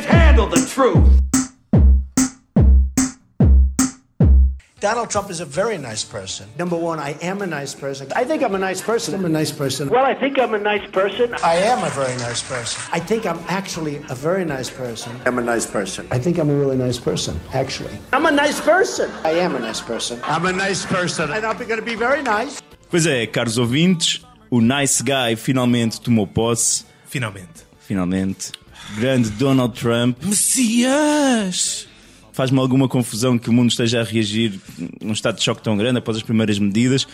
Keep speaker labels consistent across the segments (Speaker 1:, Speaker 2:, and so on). Speaker 1: the truth.
Speaker 2: Donald Trump is a very nice person.
Speaker 3: Number one, I am a nice person. I think I'm a nice person.
Speaker 2: I'm a nice person.
Speaker 3: Well, I think I'm a nice person.
Speaker 2: I am a very nice person.
Speaker 3: I think I'm actually a very nice person.
Speaker 2: I'm a nice person.
Speaker 3: I think I'm a really nice person, actually. I'm a nice person. I am a nice person.
Speaker 2: I'm a nice person.
Speaker 3: And I'm going to be very nice.
Speaker 4: Pois é, caros ouvintes, o Nice Guy finalmente tomou posse.
Speaker 5: Finalmente.
Speaker 4: Finalmente. Grande Donald Trump.
Speaker 5: Messias!
Speaker 4: Faz-me alguma confusão que o mundo esteja a reagir num estado de choque tão grande após as primeiras medidas,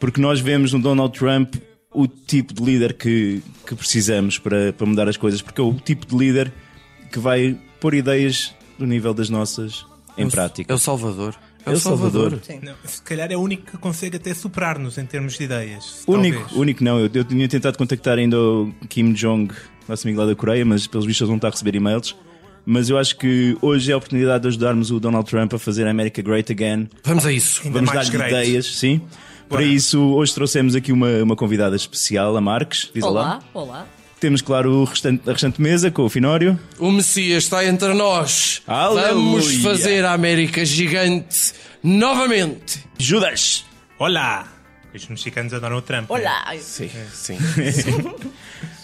Speaker 4: porque nós vemos no Donald Trump o tipo de líder que, que precisamos para, para mudar as coisas, porque é o tipo de líder que vai pôr ideias do nível das nossas em
Speaker 6: É o-
Speaker 4: prática.
Speaker 6: É o Salvador. É
Speaker 4: É o Salvador.
Speaker 5: Não, se calhar é o único que consegue até superar-nos em termos de ideias.
Speaker 4: Único,
Speaker 5: talvez.
Speaker 4: único não. Eu, eu tinha tentado contactar ainda o Kim Jong, nosso amigo lá da Coreia, mas pelos vistos ele não está a receber e-mails. Mas eu acho que hoje é a oportunidade de ajudarmos o Donald Trump a fazer a America Great Again.
Speaker 6: Vamos a isso.
Speaker 5: Ainda
Speaker 4: Vamos
Speaker 5: mais
Speaker 4: dar-lhe
Speaker 5: great.
Speaker 4: ideias, sim. Para isso, hoje trouxemos aqui uma, uma convidada especial, a Marques. Diz olá.
Speaker 7: Olá, olá.
Speaker 4: Temos, claro, o restante, a restante mesa com o Finório.
Speaker 6: O Messias está entre nós.
Speaker 4: Aleluia.
Speaker 6: Vamos fazer a América gigante novamente.
Speaker 4: Judas!
Speaker 5: Olá! Os mexicanos adoram o Trump. né?
Speaker 4: É.
Speaker 7: Olá.
Speaker 6: Sim, sim.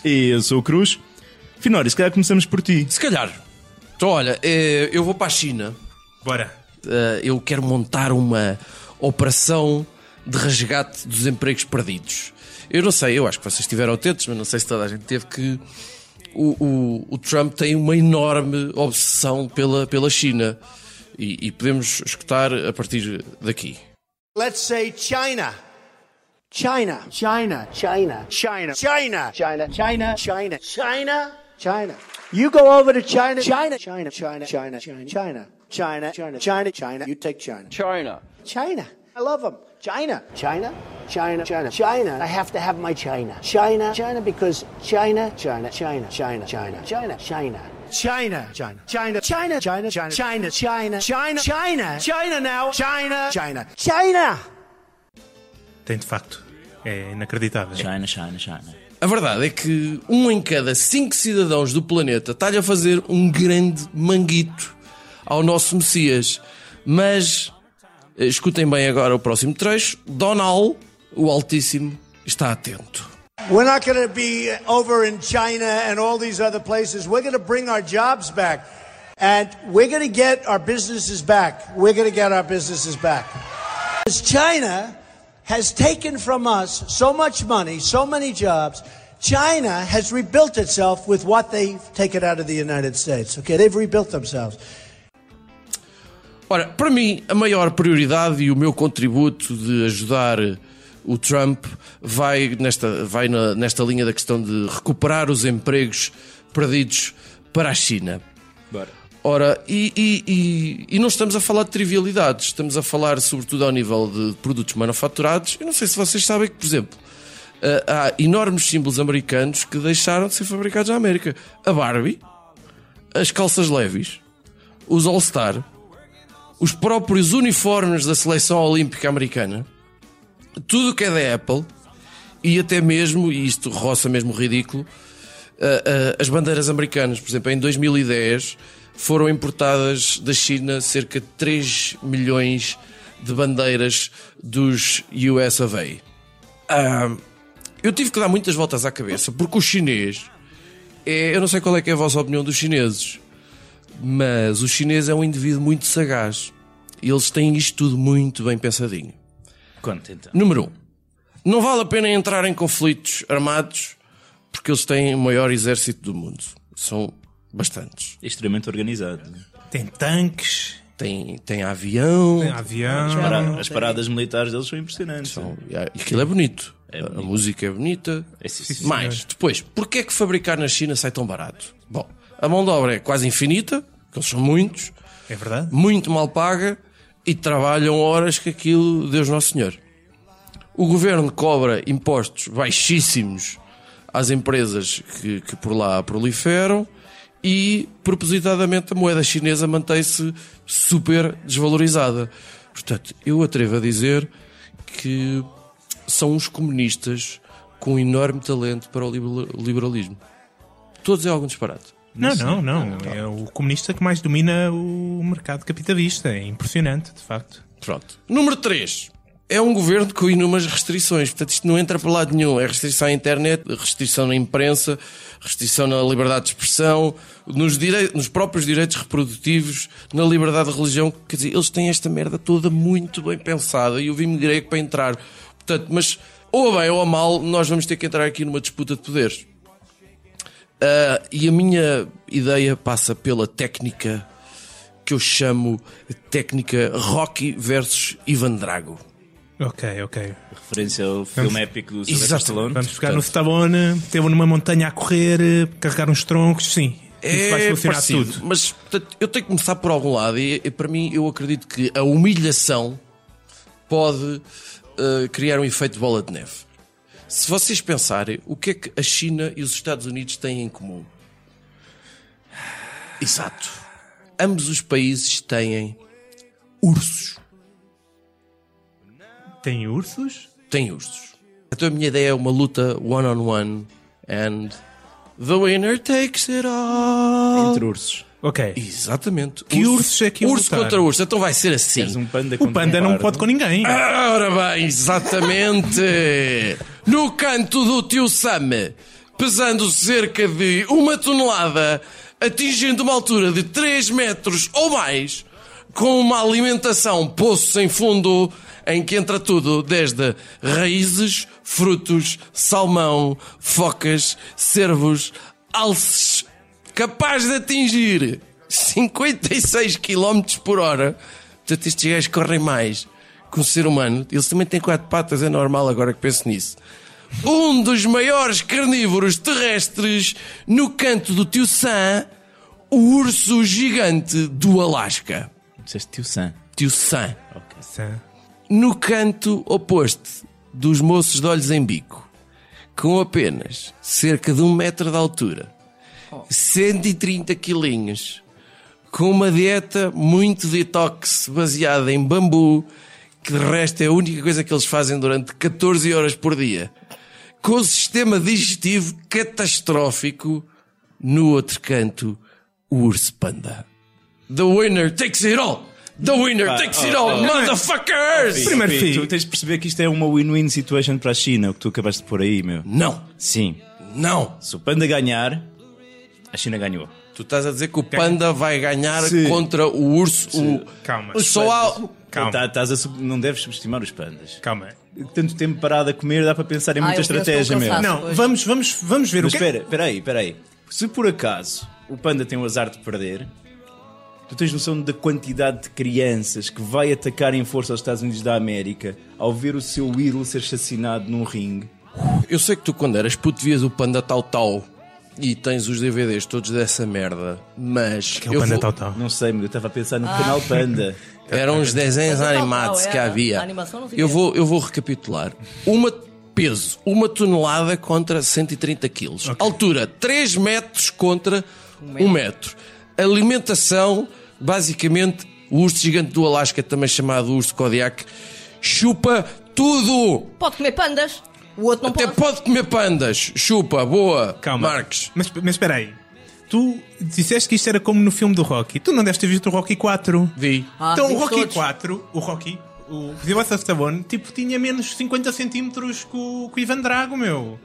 Speaker 4: E eu sou o Cruz. Finório, se calhar começamos por ti.
Speaker 6: Se calhar. Então, olha, eh, eu vou para a China.
Speaker 5: Bora.
Speaker 6: Eh, Eu quero montar uma operação de resgate dos empregos perdidos. Eu não sei, eu acho que vocês tiveram atentos, mas não sei se toda a gente teve que. O, o- o Trump tem uma enorme obsessão pela, pela China. E- e podemos escutar a partir daqui.
Speaker 2: Let's say China.
Speaker 3: China. China. China. China.
Speaker 2: China.
Speaker 3: China. China. China. China. China. You go over to China. China. China. China. China. China. China. China. China. China. China. You take China.
Speaker 8: China.
Speaker 3: China. I love them. China. China. China. China. China. I have to have my China. China. China because China. China. China. China. China. China. China. China. China. China. China. China. China. China. China. China. China. China now. China. China. China.
Speaker 5: Tem de facto. É inacreditável.
Speaker 4: China, China, China.
Speaker 6: A verdade é que um em cada cinco cidadãos do planeta está-lhe a fazer um grande manguito ao nosso Messias. Mas, eh, escutem bem agora o próximo trecho, Donald, o Altíssimo, está atento.
Speaker 2: We're not going to be over in China and all these other places. We're going to bring our jobs back. And we're going to get our businesses back. We're going to get our businesses back. Because China has taken from us so much money, so many jobs. China has rebuilt itself with what they've taken out of the United States. Okay, they've rebuilt themselves.
Speaker 6: Ora, para mim, a maior prioridade e o meu contributo de ajudar o Trump vai nesta, vai na- nesta linha da questão de recuperar os empregos perdidos para a China. Ora, e, e- e- e não estamos a falar de trivialidades, estamos a falar sobretudo ao nível de produtos manufaturados. Eu não sei se vocês sabem que, por exemplo, ah, há enormes símbolos americanos que deixaram de ser fabricados na América. A Barbie, as calças leves, os All-Star, os próprios uniformes da seleção olímpica americana, tudo o que é da Apple e até mesmo, e isto roça mesmo o ridículo, a- a- as bandeiras americanas. Por exemplo, em 2010 foram importadas da China cerca de 3 milhões de bandeiras dos US of A. Ah, eu tive que dar muitas voltas à cabeça, porque o chinês é. Eu não sei qual é que é a vossa opinião dos chineses, mas o chinês é um indivíduo muito sagaz. E Eles têm isto tudo muito bem pensadinho.
Speaker 4: Conta então.
Speaker 6: Número 1. Um, não vale a pena entrar em conflitos armados porque eles têm o maior exército do mundo. São bastantes.
Speaker 4: Extremamente organizado.
Speaker 5: Tem tanques,
Speaker 6: Têm, têm avião.
Speaker 5: tem avião.
Speaker 4: Para- As paradas militares deles são impressionantes.
Speaker 6: São- e há- e aquilo é bonito. A- A música é bonita. Mais, depois, porquê é que fabricar na China sai tão barato? Bom, a mão de obra é quase infinita, porque eles são muitos,
Speaker 5: É verdade?
Speaker 6: muito mal paga e trabalham horas que aquilo, Deus Nosso Senhor. O governo cobra impostos baixíssimos às empresas que, que por lá proliferam e, propositadamente, a moeda chinesa mantém-se super desvalorizada. Portanto, eu atrevo a dizer que são os comunistas com enorme talento para o libera- liberalismo. Todos é algum disparate.
Speaker 5: Não, não, não. É o comunista que mais domina o mercado capitalista. É impressionante, de facto.
Speaker 6: Pronto. Número 3. É um governo com inúmeras restrições. Portanto, isto não entra para lado nenhum. É restrição à internet, restrição na imprensa, restrição na liberdade de expressão, nos, direi- nos próprios direitos reprodutivos, na liberdade de religião. Quer dizer, eles têm esta merda toda muito bem pensada e eu vim-me grego para entrar. Portanto, mas ou a bem ou a mal, nós vamos ter que entrar aqui numa disputa de poderes. Ah, e a minha ideia passa pela técnica que eu chamo de técnica Rocky versus Ivan Drago.
Speaker 5: Ok, ok.
Speaker 4: Referência ao filme épico do Sylvester
Speaker 6: Exato.
Speaker 4: Stallone.
Speaker 5: Vamos ficar no
Speaker 6: portanto-
Speaker 5: Stallone, esteve numa montanha a correr, eh, carregar uns troncos, sim.
Speaker 4: É
Speaker 5: Isso vai funcionar
Speaker 6: É parecido,
Speaker 5: tudo.
Speaker 6: Mas portanto, eu tenho que começar por algum lado e, e, para mim eu acredito que a humilhação pode eh, criar um efeito bola de neve. Se vocês pensarem o que é que a China e os Estados Unidos têm em comum. Exato. Ambos os países têm ursos.
Speaker 5: Tem ursos?
Speaker 6: tem ursos. Então a minha ideia é uma luta one-on-one and the winner takes it all.
Speaker 4: Entre ursos.
Speaker 5: Ok.
Speaker 6: Exatamente.
Speaker 5: Que ursos é que iam
Speaker 6: Urso
Speaker 5: lutar?
Speaker 6: contra urso. Então vai ser assim.
Speaker 4: És um panda
Speaker 5: O panda não pode com ninguém.
Speaker 6: Ah. Ora bem, exatamente. No canto do tio Sam, pesando cerca de uma tonelada, atingindo uma altura de 3 metros ou mais, com uma alimentação poço sem fundo, em que entra tudo, desde raízes, frutos, salmão, focas, cervos, alces, capaz de atingir 56 km por hora. Portanto, estes gajos correm mais que um ser humano. Eles também têm quatro patas, é normal agora que penso nisso. Um dos maiores carnívoros terrestres no canto do Tio Sam, o urso gigante do Alasca.
Speaker 4: Disseste tio Sam.
Speaker 6: Tio Sam.
Speaker 5: Sim.
Speaker 6: No canto oposto dos moços de olhos em bico, com apenas cerca de um metro de altura, 130 quilinhos, com uma dieta muito detox baseada em bambu, que de resto é a única coisa que eles fazem durante 14 horas por dia, com o sistema digestivo catastrófico, no outro canto, o urso panda. The winner takes it all! The winner takes it all, motherfuckers!
Speaker 5: Primeiro
Speaker 4: Pi,
Speaker 5: filho.
Speaker 4: Tu tens de perceber que isto é uma win-win situation para a China, o que tu acabaste de pôr aí, meu.
Speaker 6: Não,
Speaker 4: Sim.
Speaker 6: não.
Speaker 4: Se o panda ganhar, a China ganhou.
Speaker 6: Tu estás a dizer que o panda vai ganhar
Speaker 4: Sim.
Speaker 6: contra o urso. o-
Speaker 5: Calma.
Speaker 6: o- Só há.
Speaker 5: Calma.
Speaker 4: Tá- estás a sub- Não deves subestimar os pandas.
Speaker 5: Calma.
Speaker 4: Tanto tempo parado a comer, dá para pensar em
Speaker 1: Ah,
Speaker 4: muita
Speaker 1: eu- eu estou
Speaker 4: estratégia, meu.
Speaker 1: cansada.
Speaker 5: Não, vamos, vamos, vamos ver
Speaker 4: Mas
Speaker 5: o que é.
Speaker 4: espera, espera aí, espera aí. Se por acaso o panda tem o azar de perder, tu tens noção da quantidade de crianças que vai atacar em força aos Estados Unidos da América ao ver o seu ídolo ser assassinado num ringue?
Speaker 6: Eu sei que tu, quando eras puto, vias o panda Tau Tau e tens os DVDs todos dessa merda, mas.
Speaker 5: Que é o
Speaker 6: eu
Speaker 5: panda
Speaker 6: vou-
Speaker 5: tal tal.
Speaker 4: Não sei, meu, eu estava a pensar no
Speaker 1: Ah.
Speaker 4: canal Panda.
Speaker 6: É, Eram os desenhos
Speaker 1: Mas o Tau Tau
Speaker 6: animados que
Speaker 1: era
Speaker 6: havia.
Speaker 1: é, a animação, não sei
Speaker 6: Eu
Speaker 1: quê.
Speaker 6: vou, eu vou recapitular. Uma peso, uma tonelada contra 130 quilos. Altura, 3 metros contra 1 metro. Alimentação, basicamente, o urso gigante do Alasca, também chamado urso Kodiak, chupa tudo.
Speaker 1: Pode comer pandas, o outro não
Speaker 6: Até
Speaker 1: pode.
Speaker 6: pode comer pandas. Chupa, boa.
Speaker 5: Calma.
Speaker 6: Marques.
Speaker 5: Mas, mas espera aí. Tu disseste que isto era como no filme do Rocky. Tu não deves ter visto o Rocky 4.
Speaker 6: Vi.
Speaker 1: Ah,
Speaker 5: então o
Speaker 1: vimos
Speaker 5: Rocky
Speaker 1: todos.
Speaker 5: 4, o Rocky, o Sylvester Stallone, tipo, tinha menos 50 centímetros que o, que o Ivan Drago, meu.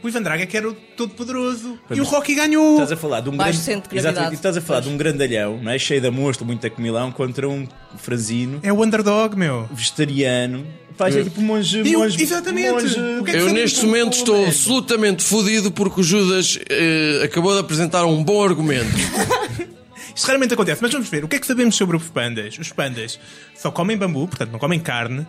Speaker 5: O Ivan Drago é que era o todo poderoso. E o Rocky ganhou.
Speaker 4: Estás a falar de um
Speaker 1: Baixo
Speaker 4: grande...
Speaker 1: centro de
Speaker 4: Exatamente,
Speaker 1: gravidade.
Speaker 4: e estás a falar de um grandalhão, não é? cheio de amostra, muito acumilão, contra um franzino,
Speaker 5: É o underdog, meu.
Speaker 4: vegetariano. Pá, isto é tipo monge,
Speaker 5: E o-
Speaker 4: monge,
Speaker 5: exatamente. O que é que
Speaker 6: Eu
Speaker 5: sabe
Speaker 6: neste
Speaker 5: com-
Speaker 6: momento
Speaker 5: com-
Speaker 6: estou absolutamente fodido porque o Judas eh, acabou de apresentar um bom argumento.
Speaker 5: Isto raramente acontece, mas vamos ver. O que é que sabemos sobre os pandas? Os pandas só comem bambu, portanto não comem carne,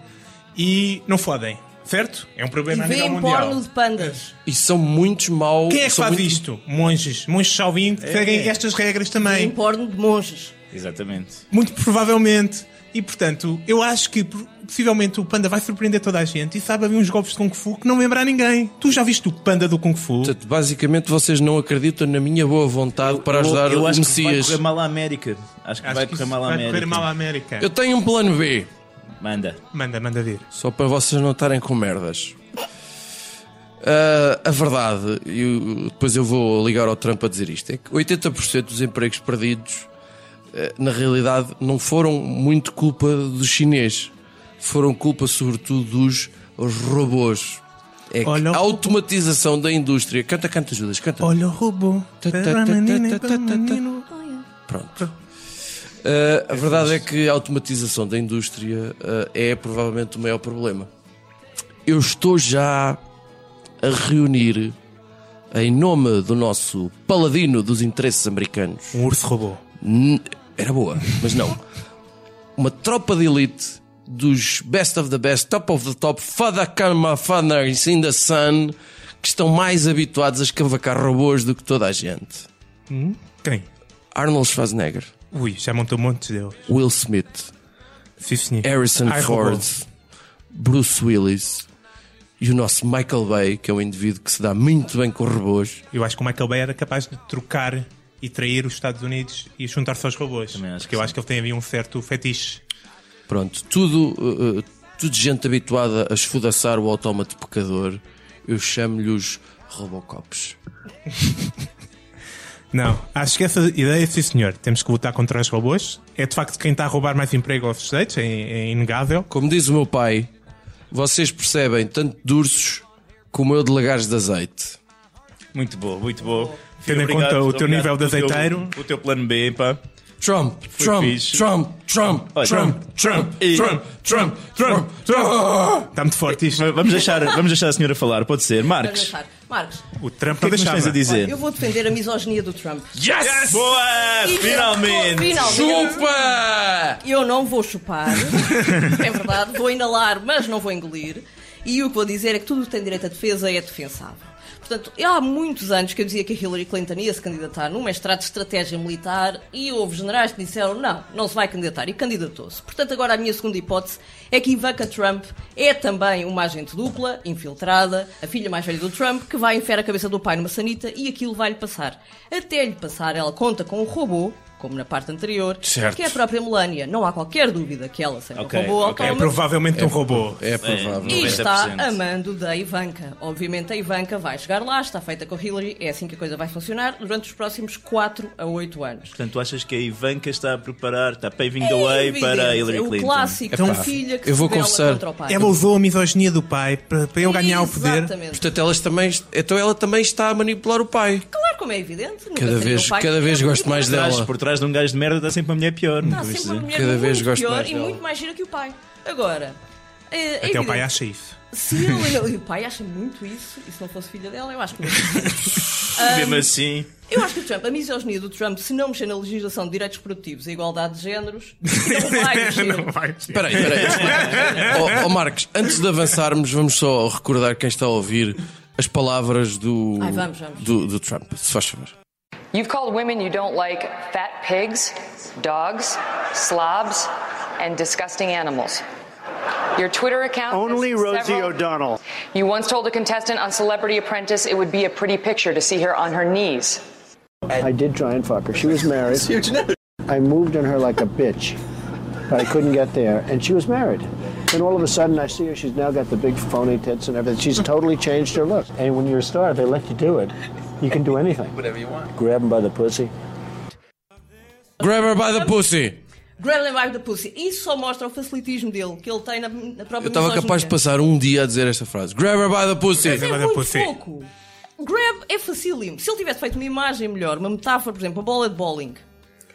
Speaker 5: e não fodem, certo? É um
Speaker 1: E
Speaker 5: problema a nível
Speaker 1: vêem
Speaker 5: mundial.
Speaker 1: porno de pandas.
Speaker 6: E são muitos maus.
Speaker 5: Quem é que
Speaker 6: são
Speaker 5: faz
Speaker 6: muito-
Speaker 5: isto? Monges. Monges chauvinhos que seguem estas regras
Speaker 1: Vêem
Speaker 4: É.
Speaker 5: também.
Speaker 1: porno de monges.
Speaker 4: Exatamente.
Speaker 5: Muito provavelmente. E portanto, eu acho que pro- possivelmente o panda vai surpreender toda a gente e sabe haver uns golpes de Kung Fu que não lembra a ninguém. Tu já viste o panda do Kung Fu?
Speaker 6: Portanto, basicamente vocês não acreditam na minha boa vontade para ajudar
Speaker 4: eu, eu
Speaker 6: o
Speaker 4: acho que vai
Speaker 6: Messias.
Speaker 4: correr mal à América. Acho que
Speaker 5: Acho
Speaker 4: vai
Speaker 5: que
Speaker 4: correr
Speaker 5: isso
Speaker 4: mal à
Speaker 5: vai
Speaker 4: América.
Speaker 5: correr mal à América.
Speaker 6: Eu tenho um plano B,
Speaker 4: Manda.
Speaker 5: Manda, manda vir.
Speaker 6: só para vocês não estarem com merdas. Ah, a verdade, e o- depois eu vou ligar ao Trump a dizer isto, é que 80% dos empregos perdidos, eh, na realidade, não foram muito culpa do chinês. Foram culpa, sobretudo, dos robôs. É que
Speaker 5: Olha o
Speaker 6: a
Speaker 5: robô.
Speaker 6: automatização da indústria. Canta, canta, Judas, canta.
Speaker 5: Olha o robô.
Speaker 6: Tá, tá,
Speaker 5: Pela
Speaker 6: tá,
Speaker 5: menina
Speaker 6: tá,
Speaker 5: e
Speaker 6: tá,
Speaker 5: pelo
Speaker 6: tá, tá.
Speaker 5: menino.
Speaker 6: Pronto. Ah, a verdade é que a automatização da indústria ah, é provavelmente o maior problema. Eu estou já a reunir, em nome do nosso paladino dos interesses americanos,
Speaker 5: Um urso robô.
Speaker 6: N- era boa, mas não, uma tropa de elite dos best of the best, top of the top, father karma, fathers in the sun, que estão mais habituados a escavacar robôs do que toda a gente.
Speaker 5: Quem?
Speaker 6: Arnold Schwarzenegger,
Speaker 5: Ui, já montou um monte deles.
Speaker 6: Will Smith,
Speaker 5: Sim, senhor.
Speaker 6: Harrison
Speaker 5: Ai,
Speaker 6: Ford,
Speaker 5: robô.
Speaker 6: Bruce Willis e o nosso Michael Bay, que é um indivíduo que se dá muito bem com robôs.
Speaker 5: Eu acho que o Michael Bay era capaz de trocar e trair os Estados Unidos e juntar-se aos robôs.
Speaker 4: Também acho
Speaker 5: Porque
Speaker 4: que
Speaker 5: eu
Speaker 4: sim.
Speaker 5: acho que ele tem havia um certo fetiche.
Speaker 6: Pronto, tudo, uh, uh, tudo gente habituada a esfudaçar o autómato pecador. Eu chamo-lhe os Robocops.
Speaker 5: Não, acho que essa ideia, sim senhor, temos que lutar contra os robôs. É de facto quem está a roubar mais emprego aos Estados, é, é inegável.
Speaker 6: Como diz o meu pai, vocês percebem tanto de ursos como eu de lagares de azeite.
Speaker 4: Muito bom, muito bom.
Speaker 5: Tendo em
Speaker 4: Obrigado,
Speaker 5: conta o
Speaker 4: obrigado
Speaker 5: teu nível de
Speaker 4: pelo teu-
Speaker 5: azeiteiro.
Speaker 4: O teu plano B, pá.
Speaker 6: Trump, Trump,
Speaker 4: fixe.
Speaker 6: Trump, Trump,
Speaker 4: Olha.
Speaker 6: Trump, Trump,
Speaker 4: E-
Speaker 6: Trump, Trump, Trump, Trump.
Speaker 5: Está muito forte isto.
Speaker 4: Vamos deixar, vamos deixar a senhora falar, pode ser.
Speaker 1: Vamos
Speaker 4: Marcos,
Speaker 1: deixar. Marcos,
Speaker 5: O
Speaker 4: o
Speaker 5: Trump
Speaker 4: que
Speaker 5: não
Speaker 4: é que nos
Speaker 5: deixava.
Speaker 4: tens a dizer?
Speaker 1: eu vou defender a misoginia do Trump.
Speaker 4: Yes! Boa!
Speaker 1: E-
Speaker 4: Finalmente!
Speaker 1: Finalmente!
Speaker 6: Chupa!
Speaker 1: Eu não vou chupar, é verdade, vou inalar, mas não vou engolir. E o que vou dizer é que tudo o que tem direito à defesa é defensável. Portanto, há muitos anos que eu dizia que a Hillary Clinton ia se candidatar num mestrado de estratégia militar e houve generais que disseram não, não se vai candidatar e candidatou-se. Portanto, agora a minha segunda hipótese é que Ivanka Trump é também uma agente dupla, infiltrada, a filha mais velha do Trump, que vai enfiar a cabeça do pai numa sanita e aquilo vai-lhe passar. Até lhe passar, ela conta com um robô, como na parte anterior,
Speaker 6: Certo.
Speaker 1: que é a própria Melania. Não há qualquer dúvida que ela seja
Speaker 4: Ok,
Speaker 1: um robô
Speaker 4: ok.
Speaker 5: É
Speaker 1: autónomo.
Speaker 5: provavelmente um robô.
Speaker 6: É provável.
Speaker 1: E
Speaker 4: 90%.
Speaker 1: está amando da Ivanka. Obviamente a Ivanka vai chegar lá, está feita com Hillary, é assim que a coisa vai funcionar durante os próximos 4 a 8 anos.
Speaker 4: Portanto, tu achas que a Ivanka está a preparar, está paving the
Speaker 1: É
Speaker 4: way
Speaker 1: evidente,
Speaker 4: para a Hillary
Speaker 1: é o
Speaker 4: Clinton?
Speaker 1: clássico
Speaker 6: Epá,
Speaker 1: da filha que
Speaker 6: Então, eu vou
Speaker 1: se rebela
Speaker 6: confessar,
Speaker 1: contra o pai.
Speaker 5: Ela usou a misoginia do pai para, para eu ganhar o poder.
Speaker 1: Exatamente.
Speaker 6: Portanto, elas também, então ela também está a manipular o pai.
Speaker 1: Claro, como é evidente. nunca
Speaker 6: Cada
Speaker 1: seria
Speaker 6: vez-
Speaker 1: o pai
Speaker 6: cada
Speaker 1: que
Speaker 6: vez
Speaker 1: seria.
Speaker 6: gosto mais
Speaker 4: Por trás-
Speaker 6: dela.
Speaker 4: por trás de um gajo de merda está sempre a mulher pior. não é
Speaker 1: Está
Speaker 4: viste?
Speaker 1: sempre uma mulher
Speaker 6: Cada
Speaker 1: muito
Speaker 6: vez gosto
Speaker 1: pior
Speaker 6: mais
Speaker 1: e
Speaker 6: dela.
Speaker 1: muito mais gira que o pai. Agora, é, é
Speaker 5: Até o
Speaker 1: evidente
Speaker 5: pai acha isso.
Speaker 1: Se ele, e o pai acha muito isso, e se não fosse filha dela, eu acho que.
Speaker 4: Mesmo assim,
Speaker 1: Eu acho que o Trump, a misoginia do Trump, se não mexer na legislação de direitos produtivos e igualdade de géneros, não vai mexer.
Speaker 5: Não vai.
Speaker 6: Espera aí, espera aí. Ó- ó, Marcos, antes de avançarmos, vamos só recordar quem está a ouvir as palavras do,
Speaker 1: Ai, vamos, vamos.
Speaker 6: do, do Trump. Se faz favor.
Speaker 7: You've called women you don't like fat pigs, dogs, slobs, and disgusting animals. Your Twitter account. has
Speaker 3: Only Rosie
Speaker 7: several-
Speaker 3: O'Donnell.
Speaker 7: You once told a contestant on Celebrity Apprentice it would be a pretty picture to see her on her knees.
Speaker 3: I did try and fuck her. She was married. I moved on her like a bitch. But I couldn't get there, and she was married. Then all of a sudden, I see her. She's now got the big phony tits and everything. She's totally changed her look. And when you're a star, they let you do it. You can do anything. Whatever you want. Grab them by the pussy.
Speaker 6: Grab her by the pussy.
Speaker 1: Grab them by the pussy. Isso só mostra o facilitismo dele, que ele tem na, na
Speaker 6: Eu
Speaker 1: própria
Speaker 6: estava capaz de
Speaker 1: misoginia.
Speaker 6: passar um dia a dizer esta frase. Grab her by the pussy.
Speaker 5: Grab her
Speaker 1: É
Speaker 5: by the
Speaker 1: muito
Speaker 5: pussy.
Speaker 1: pouco. Grab é facílimo. Se ele tivesse feito uma imagem melhor, uma metáfora, por exemplo, a bola de bowling,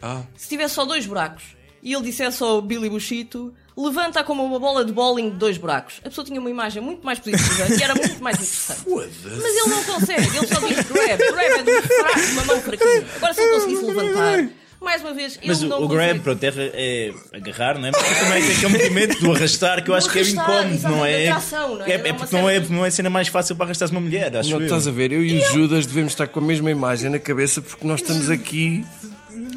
Speaker 4: Ah.
Speaker 1: se tivesse só dois buracos e ele dissesse ao Billy Buchito levanta como uma bola de bowling de dois buracos, a pessoa tinha uma imagem muito mais positiva e era muito mais interessante. Mas ele não consegue, ele só diz grab. Grab é de um fraco, uma mão fraquinha. Agora, se ele conseguisse levantar, mais uma vez, ele
Speaker 4: Mas o,
Speaker 1: não
Speaker 4: o
Speaker 1: consegue.
Speaker 4: grab, pronto, é, é agarrar, não é? Mas também tem aquele movimento do arrastar que eu
Speaker 1: Do
Speaker 4: acho que é
Speaker 1: arrastar,
Speaker 4: incómodo, não é?
Speaker 1: exatamente, a atração, não é?
Speaker 4: É,
Speaker 1: Dá uma
Speaker 4: porque não é,
Speaker 1: certa-
Speaker 4: não é a cena mais fácil para arrastar-se uma mulher, acho
Speaker 6: Não,
Speaker 4: eu.
Speaker 6: estás a ver? Eu e o Judas devemos estar com a mesma imagem na cabeça porque nós estamos aqui.